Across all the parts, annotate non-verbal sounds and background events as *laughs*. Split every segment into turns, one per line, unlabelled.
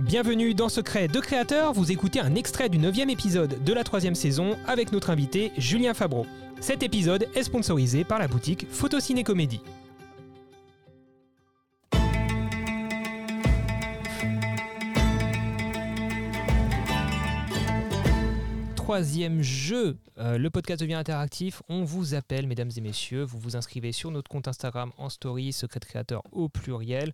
Bienvenue dans Secret de Créateur, vous écoutez un extrait du 9 épisode de la troisième saison avec notre invité Julien Fabreau. Cet épisode est sponsorisé par la boutique Photociné Comédie. troisième jeu. Euh, le podcast devient interactif. On vous appelle, mesdames et messieurs. Vous vous inscrivez sur notre compte Instagram en story, secret de créateur au pluriel.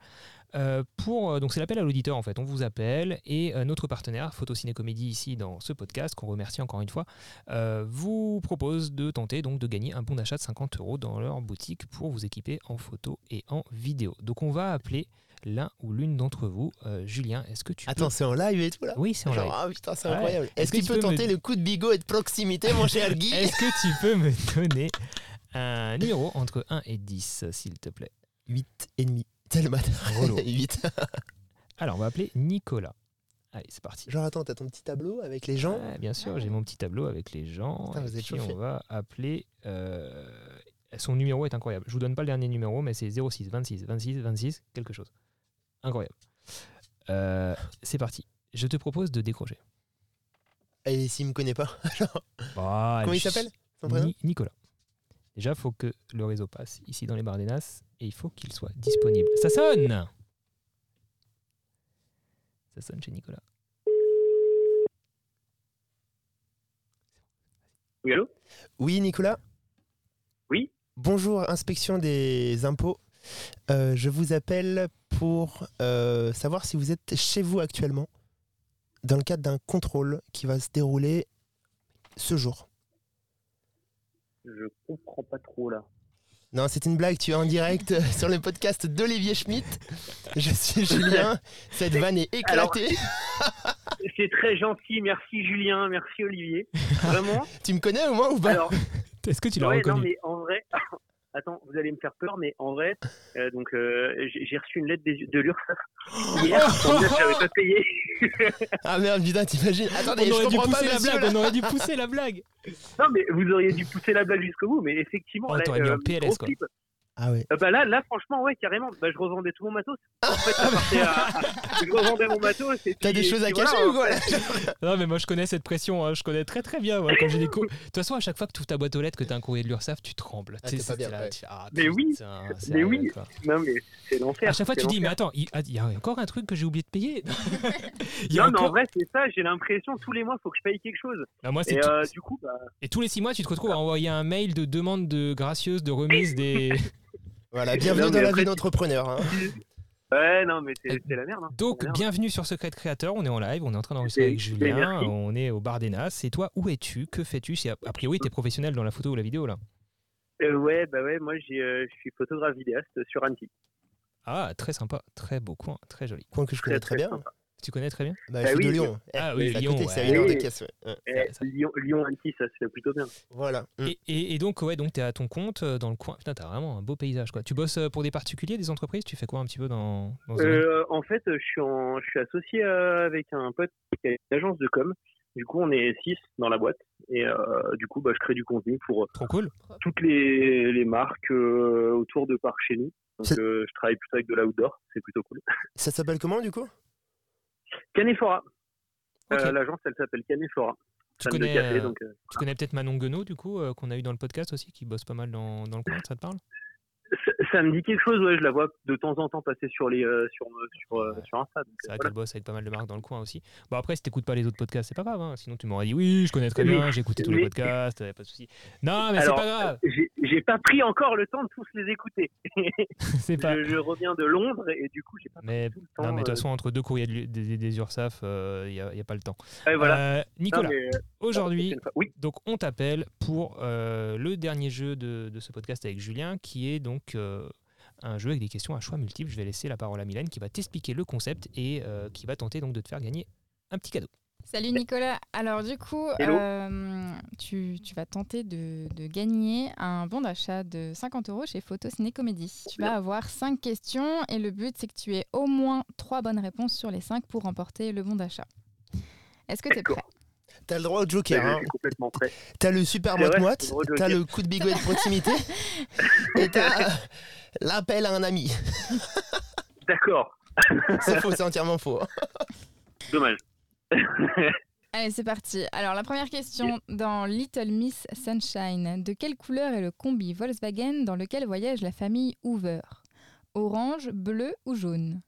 Euh, pour, euh, donc c'est l'appel à l'auditeur en fait. On vous appelle et euh, notre partenaire, Photo Ciné Comédie, ici dans ce podcast, qu'on remercie encore une fois, euh, vous propose de tenter donc de gagner un bon d'achat de 50 euros dans leur boutique pour vous équiper en photo et en vidéo. Donc on va appeler l'un ou l'une d'entre vous. Euh, Julien, est-ce que tu.
Attends,
peux...
c'est en live et tout là
Oui, c'est en
Genre,
live.
ah putain, c'est
Ouais.
incroyable.
Est-ce
Est-ce,
que
qu'il
tu
peut
peux me-
tenter le coup de bigot et de proximité,
*laughs*
mon cher Guy
Est-ce que tu peux me donner un numéro entre 1 et 10, s'il te plaît
8 et demi. C'est le matin.
Relou.
*laughs*
*laughs*
8.
Alors, on va appeler Nicolas. Allez, c'est parti.
Genre, attends, t'as ton petit tableau avec les gens
Ouais, bien sûr, j'ai mon petit tableau avec les gens.
Putain, vous
et
êtes
puis,
chauffés.
on va appeler. euh, Son numéro est incroyable. Je vous donne pas le dernier numéro, mais c'est 06 26 26 26, quelque chose. Incroyable. Euh, c'est parti. Je te propose de décrocher.
Et s'il me connaît pas Genre,
Ah,
Comment il
je-
s'appelle Son prénom
Ni- Nicolas. Déjà, faut que le réseau passe ici dans les Bardenas et il faut qu'il soit disponible. Ça sonne Ça sonne chez Nicolas.
Oui, allô
Oui, Nicolas
Oui.
Bonjour, inspection des impôts. Euh, je vous appelle pour euh, savoir si vous êtes chez vous actuellement dans le cadre d'un contrôle qui va se dérouler ce jour.
Je comprends pas trop là.
Non, c'est une blague, tu es en direct euh, sur le podcast d'Olivier Schmitt. Je suis Julien, cette vanne est éclatée.
C'est très gentil, merci Julien, merci Olivier.
*laughs*
Vraiment
Tu me connais au moins ou pas
Alors,
Est-ce que Bah, tu l'as
ouais, non,
reconnu
mais en vrai, *laughs* attends, vous allez me faire peur, mais en vrai, euh, donc euh, j'ai j'ai reçu une lettre des- de l'URSSAF
*laughs*
hier pour me dire que j'avais pas payé. *laughs*
Ah merde, putain, t'imagines Attendez,
On
je
aurait dû
comprends pas
pousser la
monsieur,
blague,
là.
on
*laughs*
aurait dû pousser la blague.
Non, mais vous auriez dû pousser la blague jusqu'au bout, mais effectivement,
Oh,
là, euh,
t'aurais mis un PLS,
gros
quoi.
flip.
Ah ouais.
Euh, bah là, là, franchement, ouais, carrément. Bah, je revendais tout mon matos. En
*laughs*
fait, ça partait à- je revendais mon matos. et
T'as
puis-
des choses à
puis voilà,
cacher
hein.
ou quoi là
Non, mais moi je connais cette pression, hein, je connais très très bien. moi, quand j'ai des cours- De toute façon, à chaque fois que tu ouvres ta boîte aux lettres, que tu as un courrier de l'URSSAF, tu trembles.
Ah,
Tu
t'es
sais,
pas bien,
là,
ouais.
tu- ah,
Mais oui,
putain, c'est
mais
horrible,
oui.
quoi.
Non, mais c'est l'enfer.
À chaque fois,
c'est
tu dis,
l'enfer.
mais attends, il ah, il y a encore un truc que j'ai oublié de payer. *laughs* Il y a
Non, mais en
encore-
vrai, c'est ça. J'ai l'impression tous les mois, faut que je paye quelque chose.
Ah, moi, c'est
Et
tout-
euh, du coup, bah,
Et tous les six mois, tu te retrouves à envoyer un mail de demande de gracieuse de remise des.
Voilà, bienvenue
Non, mais
dans la
après,
vie
tu-
d'entrepreneur. hein.
ouais, non, mais c'est
Euh,
c'est la merde. hein.
*laughs* Donc,
C'est la merde.
bienvenue sur Secret Créateur. On est en live, on est en train d'enregistrer avec
Merci.
Julien,
Merci.
on est au bar des Nas. Et toi, où es-tu Que fais-tu C'est- A priori, t'es professionnel dans la photo ou la vidéo là.
Euh, ouais, bah ouais, moi, j'ai, euh, je suis photographe vidéaste sur Annecy.
Ah, très sympa, très beau coin, très joli.
Coin que je connais très bien.
sympa.
Tu connais très bien
Bah,
Bah
je suis de
oui,
Lyon.
Ah
Eh,
oui,
c'est à
Lyon,
côté, c'est à
ouais.
une heure de
Oui.
caisse. ouais. Ouais.
Eh,
ça- ça-
Lyon, Lyon, Annecy, ça se fait plutôt bien.
Voilà. Mm.
et, et- et donc, ouais, donc t'es à ton compte euh, dans le coin. Putain, t'as vraiment un beau paysage quoi. Tu bosses euh, pour des particuliers, des entreprises Tu fais quoi un petit peu dans, dans ce domaine
Euh, en fait, je suis, en, je suis associé euh, avec un pote qui a une agence de com. Du coup, on est six dans la boîte. Et euh, du coup, bah, je crée du contenu pour
Trop cool.
toutes les, les marques euh, autour de par chez nous. Donc,
C'est-
euh, je travaille plutôt avec de l'outdoor. C'est plutôt cool.
Ça s'appelle comment du coup
Canéfora.
Ok.
Euh, L'agence, elle s'appelle Canéfora.
Tu
Fan de
connais,
café,
euh,
donc, euh,
tu connais peut-être Manon Guenot, du coup, euh, qu'on a eu dans le podcast aussi, qui bosse pas mal dans, dans le coin. Ça te parle
ça, ça me dit quelque chose, ouais, je la vois de temps en temps passer sur, les, euh, sur, sur, euh,
Ouais.
sur Insta. donc,
C'est
euh,
vrai
voilà.
qu'elle bosse avec pas mal de marques dans le coin aussi. Bon, après, si t'écoutes pas les autres podcasts, c'est pas grave. hein. Sinon, tu m'aurais dit oui, je connais très
Mais-
bien, j'ai écouté tous les
mais-
podcasts, euh, pas de souci. Non, mais c'est
Alors,
pas grave.
J'ai- J'ai pas pris encore le temps de tous les écouter.
c'est
*laughs*
pas.
euh, je, je reviens de Londres et du coup, j'ai pas
Mais,
pris tout le temps.
non, mais de
euh,
toute façon, entre deux courriers de l'U- des, des- des URSAF, il n'y a, y a pas le temps.
ouais, voilà.
Euh, Nicolas,
Non, mais, euh,
aujourd'hui,
une fois- Oui,
donc on t'appelle pour euh, le dernier jeu de, de ce podcast avec Julien, qui est donc euh, un jeu avec des questions à choix multiples. Je vais laisser la parole à Mylène qui va t'expliquer le concept et euh, qui va tenter donc de te faire gagner un petit cadeau.
Salut Nicolas. Alors du coup,
Hello.
euh, tu, tu vas tenter de, de gagner un bon d'achat de 50 euros chez Photo Ciné Comédie. Tu vas avoir 5 questions et le but c'est que tu aies au moins 3 bonnes réponses sur les 5 pour remporter le bon d'achat. Est-ce que tu es
D'accord.
prêt
T'as le droit au
mais
Joker.
je
hein.
suis complètement prêt.
T'as le super
C'est vrai,
moite-moite.
c'est le droit au
T'as
Joker.
le coup de bigot de
*laughs*
proximité. et t'as euh, l'appel à un ami.
D'accord.
C'est faux, c'est entièrement faux. hein.
Dommage.
Allez, c'est parti. Alors, la première question dans Little Miss Sunshine. De quelle couleur est le combi Volkswagen dans lequel voyage la famille Hoover Orange, bleu ou jaune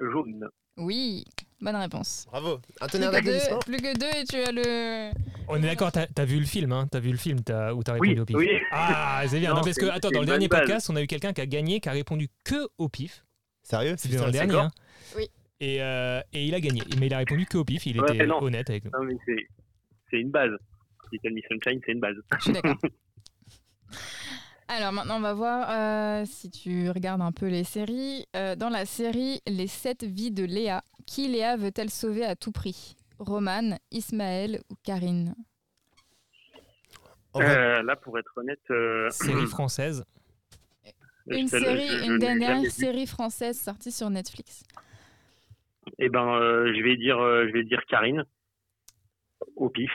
Jaune.
Oui, bonne réponse.
Bravo. Un
Plus
tonnerre
que, deux,
d'applaudissements.
plus que deux et tu as le...
On est d'accord, t'as as vu le film, hein T'as vu le film t'as- où t'as répondu
Oui,
au pif.
oui.
Ah, c'est bien.
Non,
Non, parce que,
c'est-
attends,
c'est
dans le
une
dernier
bonne
podcast, on a eu quelqu'un qui a gagné, qui a répondu que au pif.
Sérieux
C'était dans le
Putain,
dernier.
d'accord.
hein.
Oui.
Et, euh, et il a gagné. Mais il a répondu que au pif. Il
Ouais,
était
non.
honnête avec nous.
Non, mais c'est c'est une base. Little Miss Sunshine, c'est une base.
Je suis d'accord. Alors maintenant, on va voir euh, si tu regardes un peu les séries. Euh, dans la série Les 7 vies de Léa, qui Léa veut-elle sauver à tout prix Romane, Ismaël ou Karine
En vrai,
Euh, là, pour être honnête, euh,
Série française.
je
Une
te le-
série,
je- je
une
l'ai jamais
dernière
vu.
série française sortie sur Netflix.
Eh ben, euh, je vais dire, euh, je vais dire Karine. Au pif.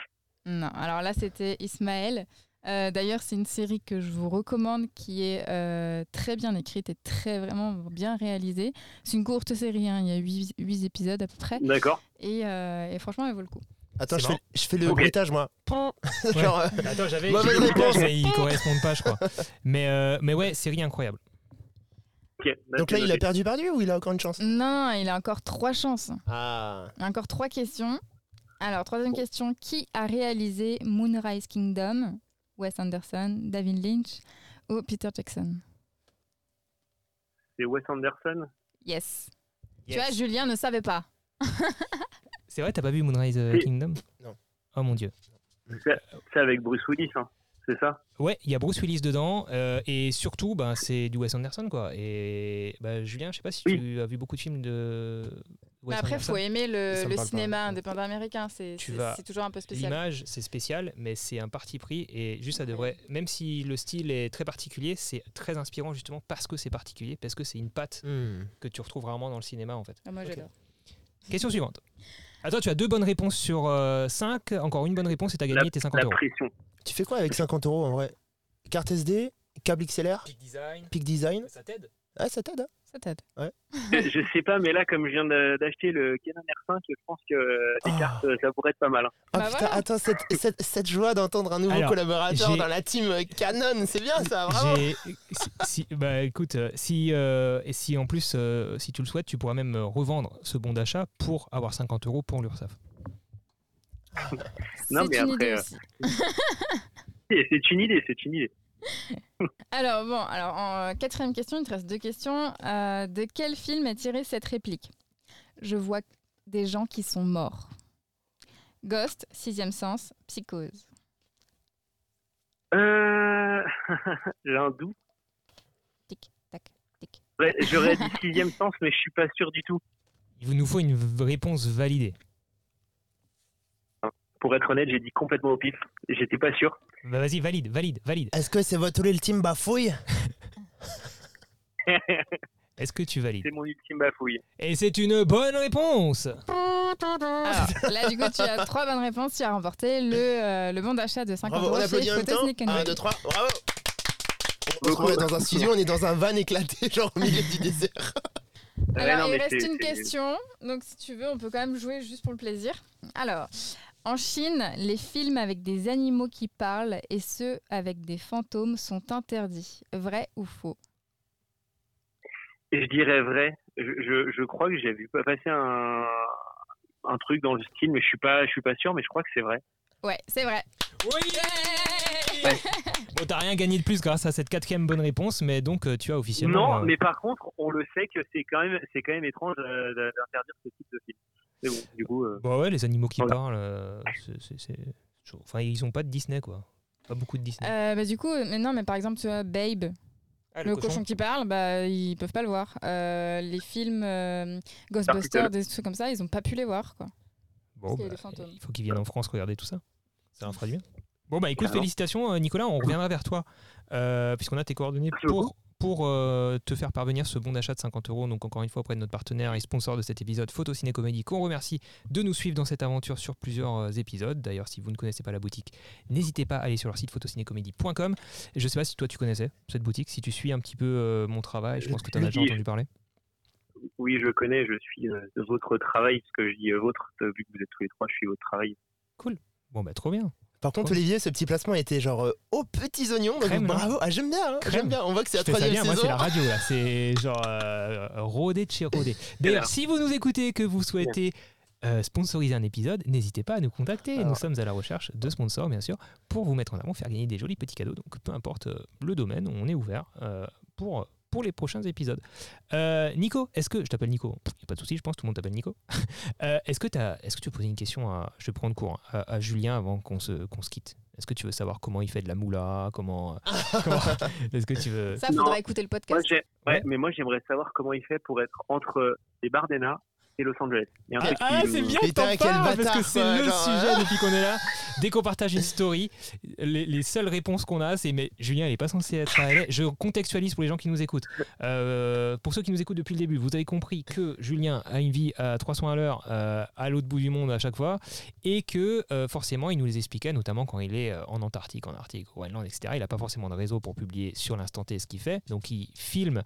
Non, alors là, c'était Ismaël. Euh, D'ailleurs, c'est une série que je vous recommande, qui est euh, très bien écrite et très vraiment bien réalisée. C'est une courte série, hein, il y a 8, épisodes à peu près,
D'accord.
et, euh, et franchement, elle vaut le coup.
Attends,
c'est
je fais,
marrant.
je fais le
Ok.
bruitage, moi. *laughs* Genre, euh,
Attends, j'avais.
Mauvaise
j'ai des
réponse.
bruitages, Mais ils correspondent pas, je crois. Mais, euh, mais ouais, série incroyable.
Ok, bah,
Donc
c'est
là, il a
noté.
perdu, perdu ou il a encore une chance
Non, il a encore trois chances.
Ah.
Il a encore trois questions. Alors, troisième question qui a réalisé Moonrise Kingdom Wes Anderson, David Lynch ou Peter Jackson
C'est Wes Anderson.
Yes. Tu
Yes.
vois, Julien ne savait pas.
C'est vrai, t'as pas vu Moonrise euh,
Oui.
Kingdom
Non.
Oh mon dieu.
C'est avec Bruce Willis, hein. C'est ça
Ouais, il y a Bruce Willis dedans euh, et surtout, ben, c'est du Wes Anderson quoi. Et ben, Julien, je sais pas si
Oui.
tu as vu beaucoup de films de Wes
Mais Bah, après,
Anderson.
faut aimer
Ça
le,
me
le
parle pas.
cinéma indépendant américain. C'est
Tu
c'est-
vas-
c'est toujours un peu spécial.
L'image, c'est spécial, mais c'est un parti pris et juste ça devrait. Même si le style est très particulier, c'est très inspirant justement parce que c'est particulier, parce que c'est une patte que tu retrouves rarement dans le cinéma en fait.
Ah, moi,
Ok.
j'adore.
Question suivante. Attends, tu as deux bonnes réponses sur 5, encore une bonne réponse et t'as
La-
gagné tes 50
La
euros.
pression.
Tu fais quoi avec 50 euros en vrai Carte SD, câble XLR,
Peak design,
Peak Design.
ça t'aide
Ah, ça t'aide. hein
Ça t'aide.
je je sais pas, mais là, comme je viens de- d'acheter le Canon R5, je pense que euh, les
Oh.
cartes, euh, ça pourrait être pas mal. hein.
Oh
Bah
putain,
voilà.
attends, cette, cette- cette joie d'entendre un nouveau
Alors,
collaborateur
j'ai-
dans la team euh, Canon, c'est bien ça, bravo
J'ai- si- si- bah écoute, euh, si, euh, et si en plus, euh, si tu le souhaites, tu pourras même euh, revendre ce bon d'achat pour avoir 50 euros pour l'URSSAF.
C'est
Non, mais
une
après,
idée
euh,
aussi.
Et C'est une idée, c'est une idée.
Alors, bon, alors, en euh, quatrième question, il te reste deux questions. Euh, de quel film est tirée cette réplique Je vois des gens qui sont morts. Ghost, Sixième Sens, Psychose.
Euh... *laughs* J'ai un doute.
Tic, tac, tic.
Ouais, J'aurais dit sixième sens, mais je suis pas sûr du tout.
Il nous faut une v- réponse validée.
Pour être honnête, j'ai dit complètement au pif. J'étais pas sûr.
Bah vas-y, valide, valide, valide.
Est-ce que c'est votre le team bafouille
Est-ce que tu valides
C'est mon ultime bafouille.
Et c'est une bonne réponse
Ah.
Alors, là, du coup, tu as trois bonnes réponses. Tu as remporté le, euh, le bon d'achat de 50
Bravo, on
euros
applaudit
chez
en même temps.
Photos Sneak and
1,
Way.
2, 3, bravo on se trouve, on est dans un studio, on est dans un van éclaté, *laughs* genre au milieu du désert.
Ouais,
Alors,
non,
il
mais
reste
c'est-
une
c'est-
question. Donc, si tu veux, on peut quand même jouer juste pour le plaisir. Alors, en Chine, les films avec des animaux qui parlent et ceux avec des fantômes sont interdits. Vrai ou faux
Je dirais vrai. Je, je, je crois que j'ai vu passer un, un truc dans le style, mais je suis pas, je suis pas sûr, mais je crois que c'est vrai.
Ouais, c'est vrai.
Oui Bon, t'as rien gagné de plus grâce à cette quatrième bonne réponse, mais donc euh, tu as officiellement...
non,
euh,
mais par contre, on le sait que c'est quand même, c'est quand même étrange euh, de- d'interdire ce type de film. Mais bon, du coup, euh,
Bah ouais, les animaux qui
Voilà.
parlent, euh, c'est- c'est- c'est- c'est- Enfin, ils ont pas de Disney, quoi. Pas beaucoup de Disney.
Euh, bah, du coup, mais non, mais par exemple, tu vois, Babe, Ah, le, cochon. qui parle, bah, ils peuvent pas le voir. Euh, les films euh, Ghostbusters,
Turtle.
des trucs comme ça, ils ont pas pu les voir. Quoi.
Bon,
Parce qu'il y a
bah,
des fantômes.
il faut qu'ils viennent en France regarder tout ça. Ça leur fera du bien. Bon, bah écoute,
Carrément.
félicitations euh, Nicolas, on reviendra vers toi, euh, puisqu'on a tes coordonnées
Merci
pour, pour euh, te faire parvenir ce bon d'achat de 50 euros. Donc, encore une fois, auprès de notre partenaire et sponsor de cet épisode, Photo Ciné Comédie, qu'on remercie de nous suivre dans cette aventure sur plusieurs euh, épisodes. D'ailleurs, si vous ne connaissez pas la boutique, n'hésitez pas à aller sur leur site photocinécomédie.com. Je sais pas si toi tu connaissais cette boutique, si tu suis un petit peu euh, mon travail, je pense que tu en as déjà entendu parler.
oui, je connais, je suis euh, de votre travail, parce que je dis euh, votre, euh, vu que vous êtes tous les trois, je suis votre travail.
Bon, bah, trop bien.
Par contre,
Quoi
Olivier, ce petit placement était genre euh, aux petits oignons. Donc
Crème, non
bravo. Ah, j'aime bien. hein,
Crème.
j'aime bien. On voit que c'est la
Je fais ça
troisième
bien, moi, c'est
saison.
la radio, là. C'est genre euh, rodé de chez rodé. D'ailleurs, si vous nous écoutez et que vous souhaitez euh, sponsoriser un épisode, n'hésitez pas à nous contacter.
Alors.
Nous sommes à la recherche de sponsors, bien sûr, pour vous mettre en avant, faire gagner des jolis petits cadeaux. Donc, peu importe euh, le domaine, on est ouvert euh, pour, pour les prochains épisodes. Euh, Nico, est-ce que. Je t'appelle Nico. Il a pas de souci, je pense, tout le monde t'appelle Nico. *laughs* Euh, est-ce, que t'as- est-ce que tu veux poser une question à. Je vais prendre court, hein, à, à Julien avant qu'on se, qu'on se quitte. Est-ce que tu veux savoir comment il fait de la moula Comment. *laughs* comment- est-ce que tu veux.
Ça,
Non.
faudra écouter le
Moi,
podcast.
j'ai- ouais,
Ouais.
Mais moi, j'aimerais savoir comment il fait pour être entre euh, les Bardena et Los Angeles. Il y a un
Ah,
truc qui
ah,
me-
c'est bien que
Putain,
t'en
quel
parles, parce que
bâtard,
c'est
quoi,
le
genre, hein.
sujet depuis qu'on est
*laughs*
là. Dès qu'on partage une story, les, les seules réponses qu'on a, c'est mais Julien, il est pas censé être à LA. Je contextualise pour les gens qui nous écoutent. Euh, pour ceux qui nous écoutent depuis le début, vous avez compris que Julien a une vie à 300 à l'heure, euh, à l'autre bout du monde à chaque fois, et que euh, forcément, il nous les expliquait, notamment quand il est euh, en Antarctique, en Arctique, au Groenland, etc. Il n'a pas forcément de réseau pour publier sur l'instant T ce qu'il fait, donc il filme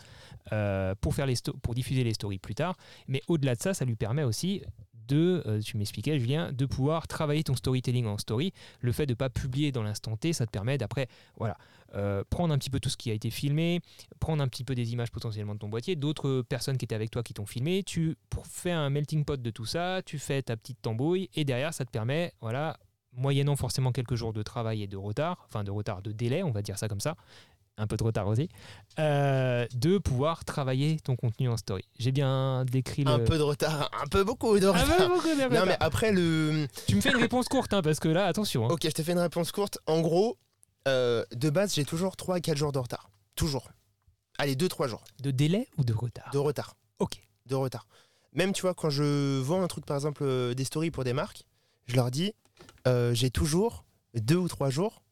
euh, pour, faire les sto- pour diffuser les stories plus tard. Mais au-delà de ça, ça lui permet aussi de, euh, tu m'expliquais Julien, de pouvoir travailler ton storytelling en story. Le fait de ne pas publier dans l'instant T, ça te permet d'après, voilà, euh, prendre un petit peu tout ce qui a été filmé, prendre un petit peu des images potentiellement de ton boîtier, d'autres personnes qui étaient avec toi qui t'ont filmé, tu pour faire un melting pot de tout ça, tu fais ta petite tambouille et derrière ça te permet, voilà, moyennant forcément quelques jours de travail et de retard, enfin de retard, de délai, on va dire ça comme ça, un peu de retard aussi, euh, de pouvoir travailler ton contenu en story. J'ai bien décrit le...
Un peu de retard. Un peu beaucoup de
euh. Ah
retard.
bah, beaucoup de
non,
retard.
mais après le.
Tu me fais une réponse courte, hein, parce que là, attention. hein.
Ok, je te fais une réponse courte. En gros, euh, de base, j'ai toujours 3 à 4 jours de retard. Toujours. Allez, 2-3 jours
De délai ou de retard
de retard.
Ok.
De retard. Même, tu vois, quand je vends un truc, par exemple, euh, des stories pour des marques, je leur dis, euh, j'ai toujours 2 ou 3 jours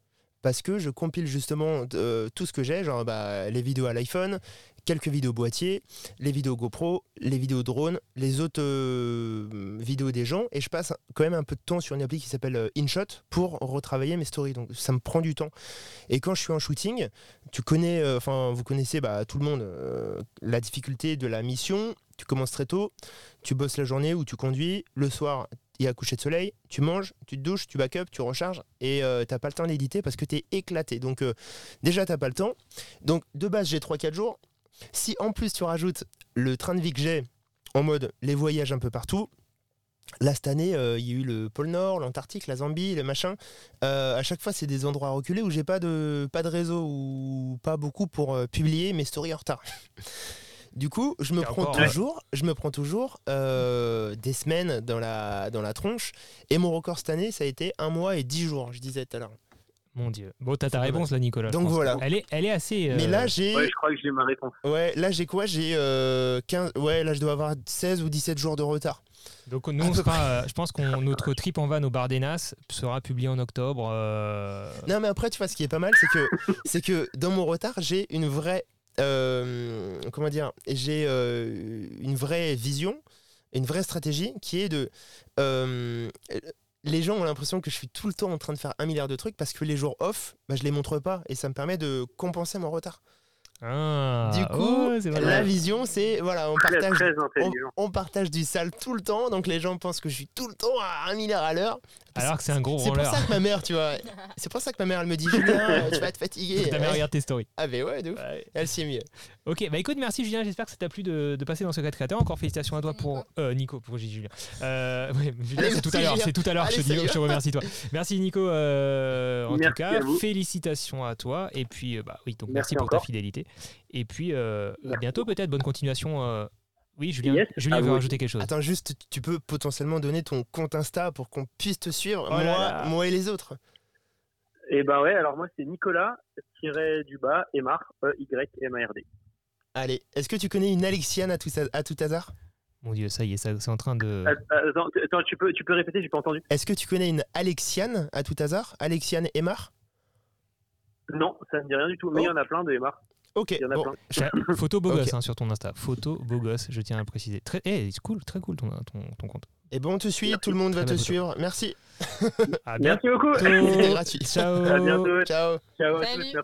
parce que je compile justement euh, tout ce que j'ai, genre bah, les vidéos à l'iPhone, quelques vidéos boîtier, les vidéos GoPro, les vidéos drone, les autres euh, vidéos des gens, et je passe quand même un peu de temps sur une appli qui s'appelle euh, InShot pour retravailler mes stories. Donc ça me prend du temps. Et quand je suis en shooting, tu connais, euh, enfin vous connaissez bah, tout le monde euh, la difficulté de la mission. Tu commences très tôt, tu bosses la journée ou tu conduis, le soir il y a coucher de soleil, tu manges, tu te douches, tu backup, tu recharges et euh, t'as pas le temps d'éditer parce que t'es éclaté. Donc euh, déjà t'as pas le temps. Donc de base j'ai 3-4 jours. Si en plus tu rajoutes le train de vie que j'ai en mode les voyages un peu partout, là cette année euh, il y a eu le pôle Nord, l'Antarctique, la Zambie, le machin. Euh, à chaque fois c'est des endroits reculés où j'ai pas de, pas de réseau ou pas beaucoup pour euh, publier mes stories en retard. Du coup, je me
Et
prends
encore,
toujours, je me prends toujours euh, des semaines dans la, dans la tronche. Et mon record cette année, ça a été un mois et dix jours, je disais tout à l'heure.
Mon Dieu. Bon, t'as ta
pas
réponse là, Nicolas. je
Donc
pense.
voilà.
Elle est, elle est assez. euh,
Mais là, j'ai
Ouais, je crois que j'ai ma réponse.
ouais, là j'ai quoi J'ai euh, 15 ouais, là je dois avoir 16 ou 17 jours de retard.
donc nous,
à
on
peu
sera, euh, je pense qu'on notre trip en van au Bardenas sera publié en octobre. euh,
Non, mais après, tu vois, ce qui est pas mal, c'est
*laughs*
que c'est que dans mon retard, j'ai une vraie euh, comment dire J'ai euh, une vraie vision, une vraie stratégie qui est de euh, les gens ont l'impression que je suis tout le temps en train de faire un milliard de trucs parce que les jours off, bah, je les montre pas et ça me permet de compenser mon retard.
ah,
Du coup,
oh, c'est pas
La
mal.
vision, c'est voilà, on
Très,
partage
très
on,
intelligent.
on partage du sale tout le temps, donc les gens pensent que je suis tout le temps à un milliard à l'heure.
alors que c'est un gros
C'est pour
roller.
ça que ma mère, tu vois, c'est pour ça que ma mère, elle me dit Julien, euh, tu vas être
*laughs*
fatigué.
Ta mère regarde tes stories.
Ah, mais ouais, de ouf. Elle s'y est mieux.
Ok, bah écoute, merci Julien, j'espère que ça t'a plu de, de passer dans Secret Créateur. Encore félicitations à toi
Nico.
pour. euh, Nico, pour j'ai dit Julien. Euh, ouais, Julien,
Allez,
c'est tout à
merci,
l'heure,
Julien.
c'est tout à l'heure, je, te
Allez,
dis-
salut.
je te remercie toi. Merci Nico, euh, en
Merci
tout cas,
à vous.
félicitations à toi. Et puis, euh, bah oui, donc merci,
Merci
pour ta
encore.
fidélité. Et puis, euh, à
Merci.
bientôt peut-être, bonne continuation. euh. Oui, Julien,
Yes, à
Julien veut
vous
rajouter quelque chose.
Attends, juste, tu- tu peux potentiellement donner ton compte Insta pour qu'on puisse te suivre,
Oh là
moi,
là.
moi et les autres.
Et ben ouais, alors moi, c'est Nicolas, tiré du bas, E, Emar, E-Y-M-A-R-D.
Allez, est-ce que tu connais une Alexiane à tout, sa- à tout hasard
Mon Dieu, ça y est, ça- c'est en train de.
Ah. Attends, attends, tu peux, tu peux répéter, j'ai pas entendu.
Est-ce que tu connais une Alexiane à tout hasard Alexiane Emar
Non, ça me dit rien du tout, mais il y en a plein de Emar.
Ok,
Il y en a
Oh.
bon,
plein.
T'as- Photo beau
Ok.
gosse hein, sur ton Insta. Photo beau gosse, je tiens à le préciser. Très, eh, c'est cool, très cool ton, ton, ton compte.
et bon, eh ben, on te suit, tout le monde
Très
va te
bonne photo.
suivre. Merci,
À bientôt.
*laughs* Merci beaucoup.
c'était gratuit.
Ciao.
À bientôt.
Ciao.
Ciao à
Salut.
tous. Merci.